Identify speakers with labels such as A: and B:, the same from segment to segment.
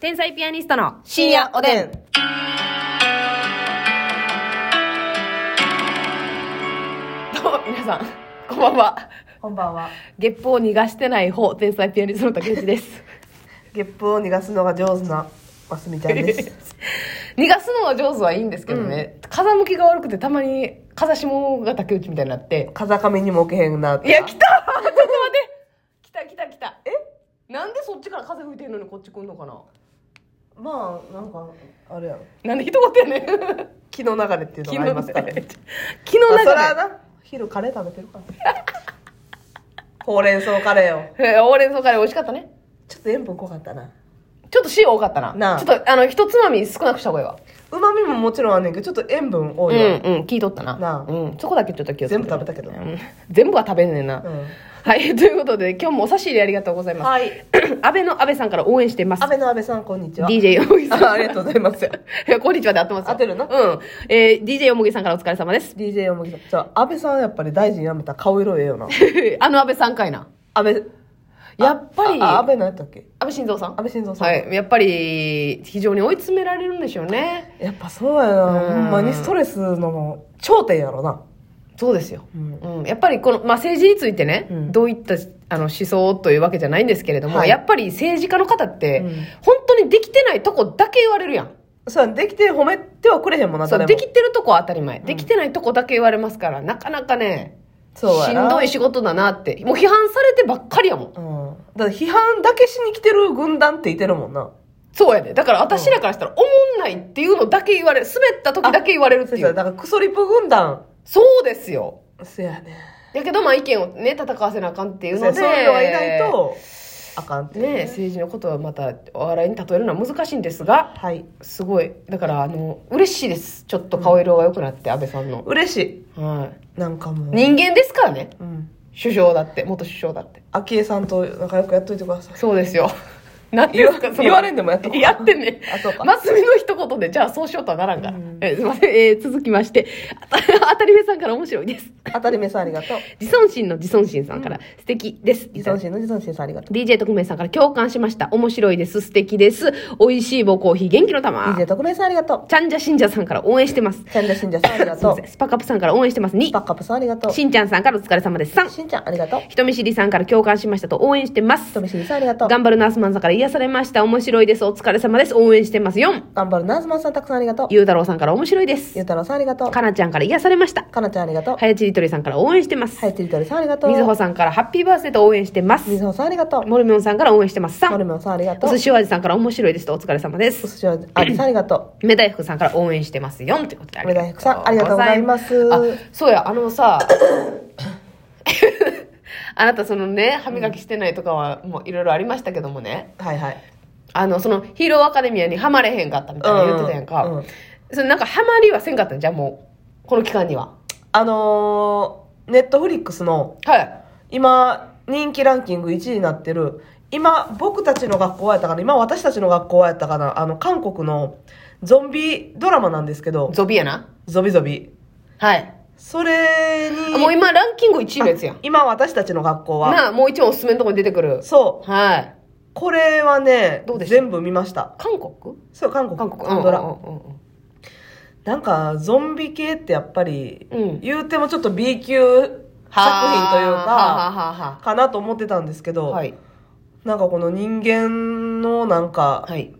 A: 天才ピアニストの
B: 深夜おでん。
A: どうも皆さん、こんばんは。
B: こんばんは。
A: 月報を逃がしてない方、天才ピアニストの竹内です。
B: ゲップを逃がすのが上手なますみちゃんです。
A: 逃がすのは上手はいいんですけどね、風向きが悪くてたまに風下が竹内みたいになって。
B: 風上にも置けへんなっ
A: い
B: て。
A: や、来たちょっと待って来た来た来た。えなんでそっちから風吹いてるのにこっち来んのかな
B: まあ、なんか、あれやろ。
A: なんで人ごてんねん。
B: 気の流れっていうのがありますからね。
A: 気の
B: まあ、そ
A: 中
B: ら
A: で。
B: な、昼カレー食べてるから。ほうれん草カレーを。
A: えー、ほうれん草カレー美味しかったね。
B: ちょっと塩分濃かったな。
A: ちょっと塩多かったな。
B: なあ
A: ちょっと、あの、一つまみ少なくした方がいいわ。
B: 旨味ももちろんあんねんけど、ちょっと塩分多いわ。
A: うんうん、聞いとったな。
B: なあ
A: うん、そこだけちょっと気をつけて
B: 全部食べたけど
A: うん全部は食べんねんな。
B: うん
A: はい、 ということで、今日もお差し入れありがとうございます。
B: はい。
A: 安倍の安倍さんから応援してます
B: 安。倍の安倍さん、こんにちは。
A: DJ よもぎさん。
B: あありがとうございます
A: いや こんにちはで合ってますよ。
B: 合ってるな
A: うん。えー、DJ よもぎさんからお疲れ様です。
B: DJ よもぎさん。じゃあ、安倍さんやっぱり大臣辞めたら顔色ええよな。
A: あの安倍さんかいな。
B: 安倍、
A: やっぱり、
B: ああ
A: 安
B: 安倍何やったっけ
A: 倍晋三さん
B: 安倍晋三さん。
A: はい、やっぱり、非常に追い詰められるんでしょうね。
B: やっぱそうやな、
A: うん
B: ほんまにストレスの頂点やろな
A: そうですよ。
B: うん
A: うん、やっぱりこの、まあ、政治についてね、
B: うん
A: どういったあの思想というわけじゃないんですけれども、
B: はい
A: やっぱり政治家の方って、
B: うん
A: 本当にできてないとこだけ言われるやん。
B: そうやできて褒めてはくれへんもんな
A: そう
B: 誰も
A: できてるとこは当たり前、できてないとこだけ言われますから、なかなかね、
B: そう
A: し
B: やなん
A: どい仕事だなって、もう批判されてばっかりやもん。
B: うんだから批判だけしに来てる軍団っていてるもんな
A: そうやで。だから私らからしたら、おもんないっていうのだけ言われる、滑った時だけ言われるって
B: そう
A: い
B: や
A: う。
B: だからクソリップ軍団
A: そうですよ。
B: そうやね
A: やけど、まあ意見をね、戦わせなあかんっていう
B: そうや
A: ので。
B: そういうのがいないとあかんっていう
A: ね、政治のことはまたお笑いに例えるのは難しいんですが
B: はい
A: すごいだからあの嬉しいですちょっと顔色が良くなって安倍さんの、
B: 嬉しい
A: はい、
B: なんかもう
A: 人間ですからね
B: うん
A: 首相だって元首相だって
B: 昭恵さんと仲良くやっといてください
A: そうですよなんてい
B: 言
A: う
B: わ
A: んですかその
B: 言われんでもやっとこう
A: やってんね
B: あそうか
A: マスミの一言でじゃあそうしようとはならんから、
B: うん
A: えすいません、えー続きまして あた当たり目さんから面白いです
B: 当たり目さんありがとう
A: 自尊心の自尊心さんから、
B: うん
A: 素敵です
B: 自尊心の自尊心さんありがとう
A: DJ 特命さんから共感しました面白いです素敵です美味しい棒コーヒー元気の玉
B: DJ 特命さんありがと
A: ちゃんじゃ信者さんから応援してます。
B: うチャンダ信者さんありが
A: すい
B: と
A: ま
B: う
A: せんスパカップさんから応援してます。2
B: バ、ッカップさんありがとう
A: しんちゃんさんからお疲れ様です。3、
B: しんちゃんありがとう
A: 人見知りさんから共感しましたと応援してます
B: 人。見知りさんありがとう
A: 頑張るナースマンさんから癒されました。面白いです。お疲れ様です。応援してます。4、
B: 頑張るナースマンさんたくさんありがとう
A: ゆうたろうさんから面白いで
B: ゆ
A: す。
B: うたろうさんありがとう
A: かなちゃんから癒されました。
B: かなちゃんありがとう
A: はやちりとりさんから応援してます
B: は。いちりとりさんありがとう
A: みずほさんからハッピーバースデーと応援してます
B: み。ずほさんありがとう
A: モルミョンさんから応援してます。
B: モル
A: 3、
B: ミョンさんありがと
A: お
B: う
A: 寿司お味さんから面白いですとお疲れ様です
B: お。寿司はあじさんありがと
A: メダイフさんから応援してますよってことで
B: メダイフさんありがとうございます
A: あそうやあのさ あなたそのね歯磨きしてないとかはもういろいろありましたけどもね
B: うはいはい
A: あのそのヒーローアカデミアにはまれへんかったみたいな言ってたやんか、
B: うんうん
A: そのなんかハマりはせんかったんじゃんもうこの期間には
B: あのー、ネットフリックスの
A: はい
B: 今人気ランキング1位になってる今僕たちの学校はやったかな今私たちの学校はやったかなあの韓国のゾンビドラマなんですけど
A: ゾビやな
B: ゾビゾビ
A: はい
B: それに
A: あもう今ランキング1位のやつやん
B: 今私たちの学校は
A: なあもう一応おすすめのとこに出てくる
B: そう
A: はい
B: これはね
A: どうでした
B: 全部見ました
A: 韓国
B: そう韓国
A: 韓国
B: ドラ、
A: うんうん
B: なんかゾンビ系ってやっぱり、
A: うん
B: 言うてもちょっと B 級作品という
A: はあ
B: か
A: はあはあは
B: かなと思ってたんですけ
A: あ
B: ど、
A: はい
B: なんかこの人間のなんか、
A: はい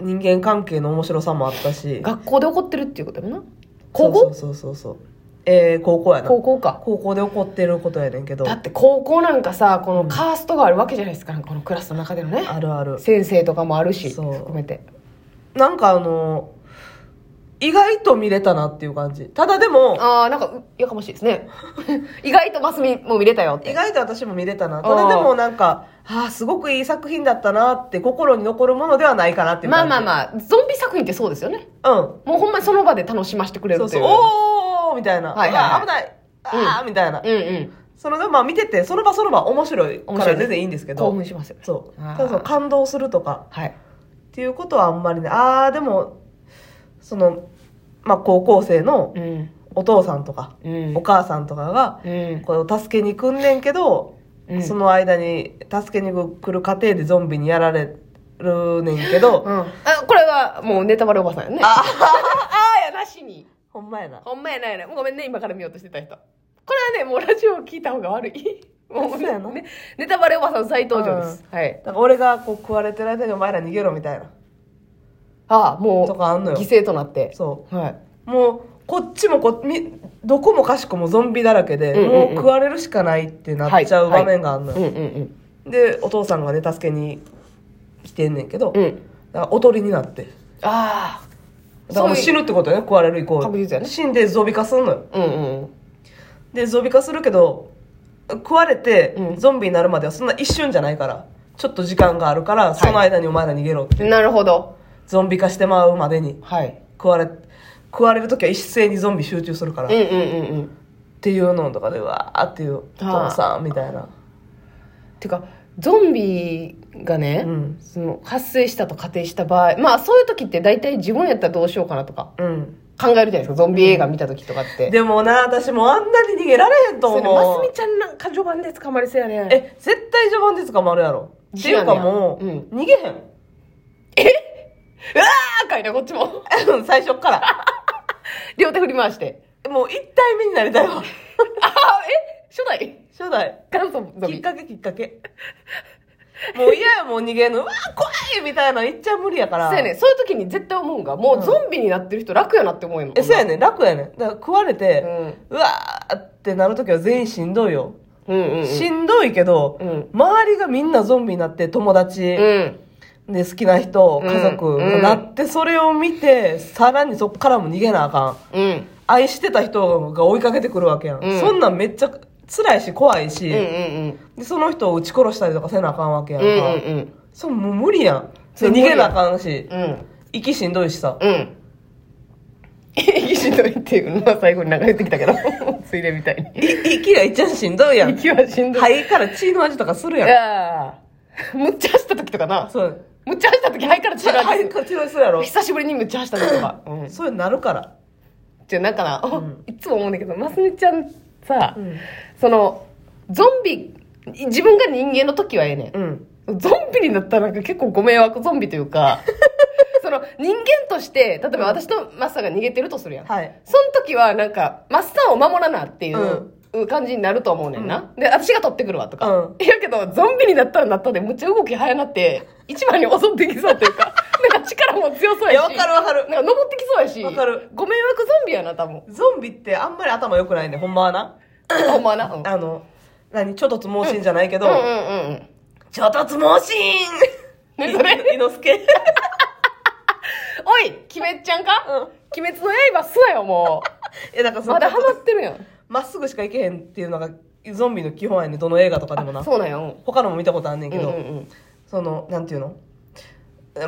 B: 人間関係の面白さもあったし
A: 学校で怒ってるっていうことやな高校
B: そうそうそうそうそうえー、高校やな
A: 高校か
B: 高校で起こってることやねんけど
A: だって高校なんかさこのカーストがあるわけじゃないですか、このクラスの中でのね
B: あるある
A: 先生とかもあるし
B: そう
A: 含めて
B: なんかあの意外と見れたなっていう感じただでも
A: ああなんかうやかましいですね 意外とマスミも見れたよっ
B: 意
A: て
B: 外と私も見れたな。
A: あー
B: それでもなんか、ああ、すごくいい作品だったなって心に残るものではないかなっていう
A: まあ
B: 感じ。
A: まあまあゾンビ作品ってそうですよね
B: あまあ。うん。
A: もうほんまにその場で楽しませてくれる
B: そ
A: っ
B: う
A: て
B: そ。
A: いうう
B: おーおーおーみたいな。
A: はいはいはいう
B: わー危ない。ああ、みたいな。
A: うんうん
B: そのまあ見てて、その場その場面白いか
A: 面白
B: ら
A: いね
B: 全然いいんですけ
A: 興
B: ど。
A: 奮しますよね
B: そう。
A: あー
B: ただその感動するとか
A: はい
B: っていうことはあんまりね。ああ、でも、その、まあ高校生の
A: うん
B: お父さんとか、
A: うん
B: お母さんとかが、
A: うん
B: これを助けに来んねんけど、
A: うん
B: その間に助けに来る過程でゾンビにやられるねんけど、
A: うん。あ、これはもうネタバレおばさんやね。 ああーやなしに。
B: ほんまやな。
A: ほんまやないな。もうごめんね、今から見ようとしてた人。これはね、もうラジオを聞いた方が悪い。も
B: そうやな
A: ね、ネタバレおばさん再登場です。はい。
B: だから俺がこう食われてる間にお前ら逃げろみたいな。
A: ああ、もう、
B: とかあんのよ
A: 犠牲となって。
B: そ
A: はい。
B: う。もう、こっちもこ、みどこもかしこもゾンビだらけで、
A: うんうんうん
B: もう食われるしかないってなっちゃう
A: はい
B: 場面があんのよ。
A: うんうん
B: で、お父さんがね、助けに来てんねんけど、
A: うん。うん。
B: だからおとりになって。
A: ああ。
B: だからもう死ぬってことよね、食われる以降。
A: 確実やね
B: 死んでゾンビ化すんのよ。
A: そういう。うんうん。
B: で、ゾンビ化するけど、食われて
A: う、ん
B: ゾンビになるまではそんな一瞬じゃないから、ちょっと時間があるから、その間にお前ら逃げろって。
A: なるほど。
B: ゾンビ化してまうまでに。
A: はい。
B: 食われ食われる時は一斉にゾンビ集中するから、
A: う
B: っ
A: んうんうんうん。
B: ていうのとかでわーっていうお
A: はあ
B: 父さんみたいな
A: てか、ゾンビがね、
B: うん
A: その発生したと仮定した場合、まあそういう時って大体自分やったらどうしようかなとか
B: うん
A: 考えるじゃないですか、ゾンビ映画見た時とかって。
B: でもな私もうあんなに逃げられへんと
A: そうやねます
B: 思
A: み
B: う
A: ちゃんなんか序盤で捕まりそうやね。
B: え絶対序盤で捕まるやろっていうかもう、
A: うん
B: 逃げへん
A: うわーかいな、こっちも。
B: うん最初っから
A: 両手振り回して。
B: もう一体目になりたいわ
A: あーえ初代
B: 初代
A: 元祖ゾン
B: きっ
A: ビ。
B: かけきっかけもう嫌やもう逃げんのうわー怖いみたいなのいっちゃ無理やから
A: そうやね。そういう時に絶対思うんが、もううんゾンビになってる人楽やなって思うよ。
B: えそうやね楽やねだから食われて、うわーってなるときは全員しんどいよ
A: うんうんうん。
B: しんどいけど、
A: うん
B: 周りがみんなゾンビになって友達
A: う、ん。
B: で好きな人
A: うん
B: 家族、
A: うん
B: なってそれを見てさらにそっからも逃げなあかん
A: うん。
B: 愛してた人が追いかけてくるわけやん、
A: うん
B: そんなんめっちゃ辛いし怖いし、
A: うんうん
B: でその人を撃ち殺したりとかせなあかんわけや
A: うんん。う
B: か、
A: んうん
B: そうもう無理やん
A: そ
B: で
A: う
B: 逃げなあかんし
A: うん。うん。
B: 息しんどいしさ
A: うん。息しんどいっていうのは最後に流れてきたけど、 ついでみたい
B: い息がいっちゃしんどいや
A: に。
B: ん
A: 息はしんどい。
B: 肺から血の味とかする
A: い
B: やん
A: やーむっちゃ走った時とかな。
B: そう
A: むっちゃ走った時、肺から血が出
B: 肺
A: る。
B: から血の味するやろ
A: 久しぶりにむっちゃ走った時とか。うん。
B: そういうのなるから
A: じゃあなんかな、お
B: うん
A: いつも思うんだけど、ますみちゃんさ、
B: うん
A: その、ゾンビ、自分が人間の時はええねん。
B: うん
A: ゾンビになったらなんか結構ご迷惑ゾンビとい うか、その人間として、例えば私とマッサンが逃げてるとするやん。
B: はい
A: その時はなんか、マッサンを守らなっていうう感じになると思うねんな。で、私が取ってくるわとか。
B: うん
A: いやけど、ゾンビになったらなったで、むっちゃ動き早なって、一番に襲ってきそうという か、なんか力も強そうやし。
B: いやわかるわかる
A: なんか登ってきそうやし。
B: わかる。
A: ご迷惑ゾンビやな、多分。
B: ゾンビってあんまり頭良くないねほんまはな
A: ほんまはな。うん
B: あの何ちょっとつ盲信じゃないけど、
A: うんうんうんうん。
B: ちょっとつ盲信
A: ねそれ
B: い猪之助
A: おい、鬼滅ちゃんか、
B: うん
A: 鬼滅の刃すなよ、も
B: えだから
A: う。
B: その
A: まだハマってるやん。
B: まっすぐしか行けへんっていうのがゾンビの基本やねどの映画とかでもな
A: あそうなんや。うん
B: 他のも見たことあんねんけど、
A: うんうん
B: そのなんていうの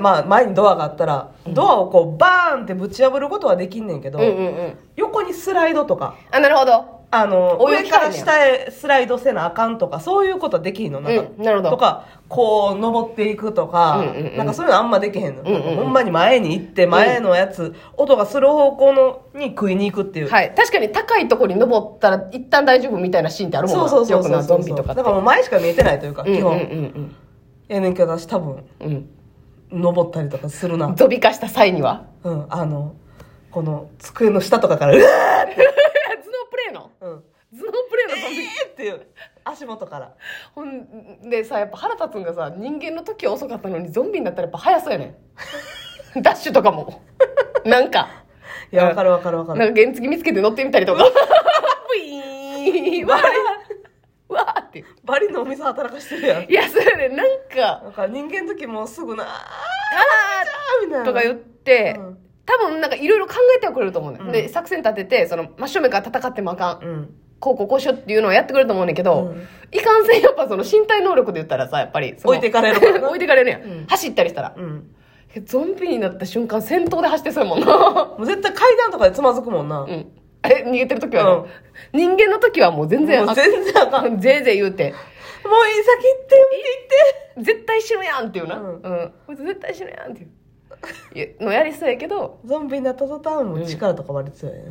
B: まあ前にドアがあったらドアをこうバーンってぶち破ることはできんねんけど、
A: うんうんうん。
B: 横にスライドとか
A: あ、なるほど。
B: あの
A: 泳
B: 上
A: ぎ
B: か
A: たい
B: ら
A: ねん
B: 下へスライドせなあかんとかそういうことはできひんのなんか、
A: うんなるほど
B: とかこう登っていくとか、
A: うんうんうん
B: なんかそういうのあんまできへんの、
A: んうんうん
B: ほんまに前に行って前のやつ、音がする方向のに食いに行くっていう、
A: はい。確かに高いとこに登ったら一旦大丈夫みたいなシーンってあるもんな。
B: そうそうそうそう
A: よくなゾンビと
B: だ
A: かって。
B: からもう前しか見えてないというか、
A: うん
B: 基
A: うん
B: 本えねんけど私多分
A: うんうん。
B: 登ったりとかする
A: うん。
B: な
A: ゾビ化した際 には。
B: うんあのこの机の下とかからうわ
A: 頭脳プレイの。
B: ーうん
A: 頭脳プレイの
B: え
A: ゾンビ。
B: ーっていう足元から
A: ほんでさ、やっぱ腹立つんがさ、人間の時は遅かったのにゾンビになったらやっぱ早そうやねん。 ダッシュとかも。なんか。
B: いやわかるわかるわか
A: なん
B: る
A: か原付見つけて乗ってみたりと か。ブイーンわーわーって。
B: バリのお店働かしてるやん
A: いや、そうやねん。なんか、
B: なんか人間の時もうすぐなあ
A: あー
B: ーみたいな
A: とか言って、
B: うん
A: 多分なんかいろいろ考えてはくれると思うね、
B: うん
A: ん、で作戦立ててその真正面から戦ってもあかん、
B: うん
A: こうこうこうしようっていうのをやってくれると思うねんけ
B: う
A: ど、
B: ん
A: いかんせんやっぱその身体能力で言ったらさやっぱりその
B: 置いてかれるからな
A: 置いてかれるやん、
B: うん
A: 走ったりしたら、
B: うん
A: ゾンビになった瞬間先頭で走ってそうやもんな
B: もう絶対階段とかでつまずくもんな、
A: うんえ逃げてる時はな、
B: うん
A: 人間の時はもう全然
B: もう全然あかんもう いい
A: 全然言う
B: 先
A: て
B: 行って
A: 絶対死ぬやんっていうな、
B: う
A: うんんこいつ絶対死ぬやんっていういやのやりそうやけど
B: ゾンビになった途端もう力とか割り強いね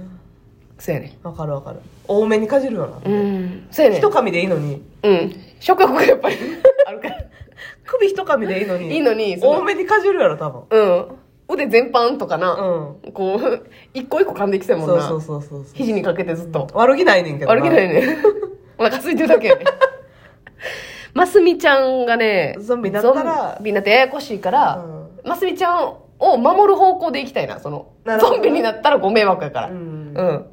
A: そうやね
B: わかるわかる多めにかじるよな、
A: うんそうやね
B: 一噛みでいいのに
A: うん。食欲がやっぱりあるから。
B: 首一噛みでいいのに。
A: いいのにその
B: 多めにかじるやろ、多分。
A: うん腕全般とかな、
B: う
A: こう一個一個噛んできて
B: ん。
A: もん
B: そう
A: な
B: そうそうそうそう。
A: 肘にかけてずっと、
B: 悪気ないねんけど
A: 悪気ない
B: ね
A: ね お腹空いてるだけやねますみちゃんがね
B: ゾンビになったら
A: ゾンビになってややこしいから
B: う
A: ますみちゃんを守る方向でいきたいなその
B: なるほど
A: ゾンビになったらご迷惑やから
B: う
A: うん、
B: ん
A: だか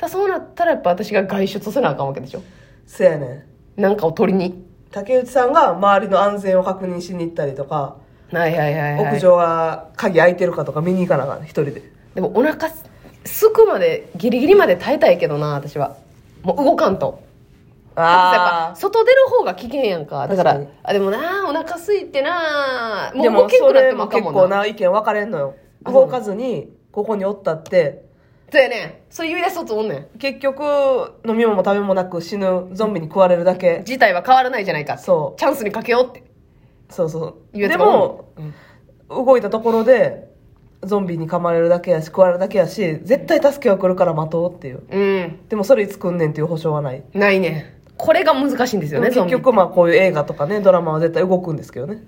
A: らそうなったらやっぱ私が外出せなあかんわけでしょ
B: そやねん
A: なんかを取りに
B: 竹内さんが周りの安全を確認しに行ったりとか、
A: はいはいはい、はい、
B: 屋上は鍵開いてるかとか見に行かなあかんね一人で
A: でもお腹すすくまでギリギリまで耐えたいけどな私はもう動かんとやっぱ外出る方が危険やんかだから
B: 確かに
A: あでもなお腹空いてなも
B: で
A: う動
B: も
A: けん
B: そ
A: くなっ
B: れ
A: ても
B: も
A: あか
B: 結
A: んもん
B: 構
A: な
B: な意見分かれんのよ
A: あそう
B: 動かずにここにおったって
A: そうやねんそういうやつとおんねん
B: 結局飲み物も食べ物もなく死ぬゾンビに食われるだけ
A: 事態は変わらないじゃないか
B: そう
A: チャンスにかけようって
B: そうそう
A: 言うや
B: で
A: つがお
B: も動いたところでゾンビに噛まれるだけやし食われるだけやし絶対助けは来るから待とうっていう
A: るうん
B: でもそれいつ来んねんっていう保証はない
A: ないねんこれが難しいんですよね
B: 結
A: ゾン
B: 局まあこういう映画とかねドラマは絶対動くんですけどね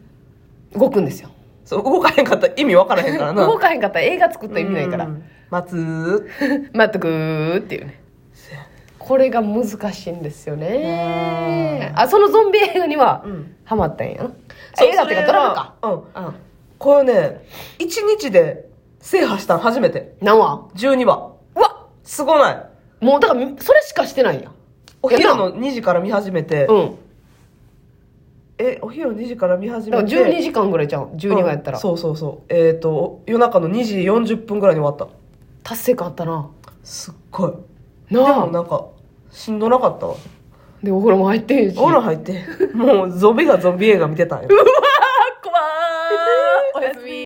A: ビ動くんですよ
B: そう動かへんかったら意味分からへんからな
A: 動かへんかったら映画作ったら意味ないから
B: うん待つー
A: 待っとくーっていうねこれが難しいんですよねあそのゾンビ映画には
B: うん
A: ハマったんやな
B: そう
A: 映画っていうか
B: そ
A: ド
B: れ
A: ラ
B: は
A: マかうん
B: これね一日で制覇したん初めて
A: 何話
B: 12話
A: うわ
B: すごない
A: もうだからそれしかしてないんや
B: お昼
A: いや
B: の2時から見始めて、
A: うん
B: えお昼の2時から見始
A: だか
B: め
A: ら
B: て
A: 12時間ぐらいじゃん12話やった
B: う
A: ら
B: んそうそうそうえっ、と夜中の2時40分ぐらいに終わった
A: 達成感あったな
B: すっごいで
A: な
B: も
A: あ
B: なんかしんどなかったわ
A: でお風呂も入ってへんし
B: お風呂入ってもうゾンビがゾンビ映画見てたんよ